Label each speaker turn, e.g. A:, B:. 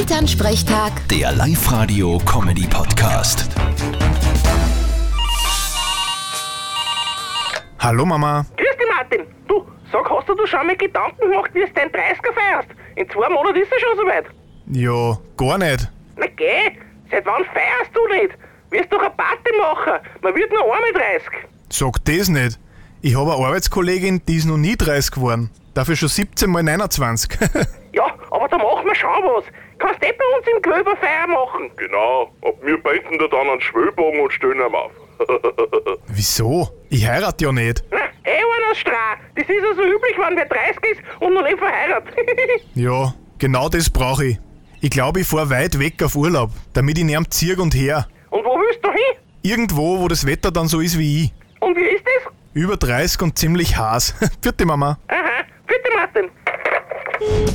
A: Elternsprechtag,
B: Der Live-Radio-Comedy-Podcast.
C: Hallo Mama.
D: Grüß dich, Martin. Du, sag, hast du dir schon mal Gedanken gemacht, wie du deinen 30er feierst? In zwei Monaten ist es schon soweit.
C: Ja, gar nicht.
D: Na geh, seit wann feierst du nicht? Wirst doch eine Party machen. Man wird nur einmal 30.
C: Sag das nicht. Ich habe eine Arbeitskollegin, die ist noch nie 30 geworden. Dafür schon 17 mal 29.
D: Ja, aber da machen wir schon was. Kannst eh bei uns im Klöber Feier machen.
E: Genau, und wir binden da dann einen Schwellbogen und stellen ihn auf.
C: Wieso? Ich heirate ja nicht.
D: Na, eh einer aus Strah. Das ist ja so üblich, wenn wer 30 ist und noch nicht verheiratet.
C: Ja, genau das brauche ich. Ich glaube, ich fahre weit weg auf Urlaub, damit ich nicht zirg und her.
D: und wo willst du hin?
C: Irgendwo, wo das Wetter dann so ist wie ich.
D: Und wie ist das?
C: Über 30 und ziemlich heiß. Vierte Mama.
D: Aha, bitte, Martin.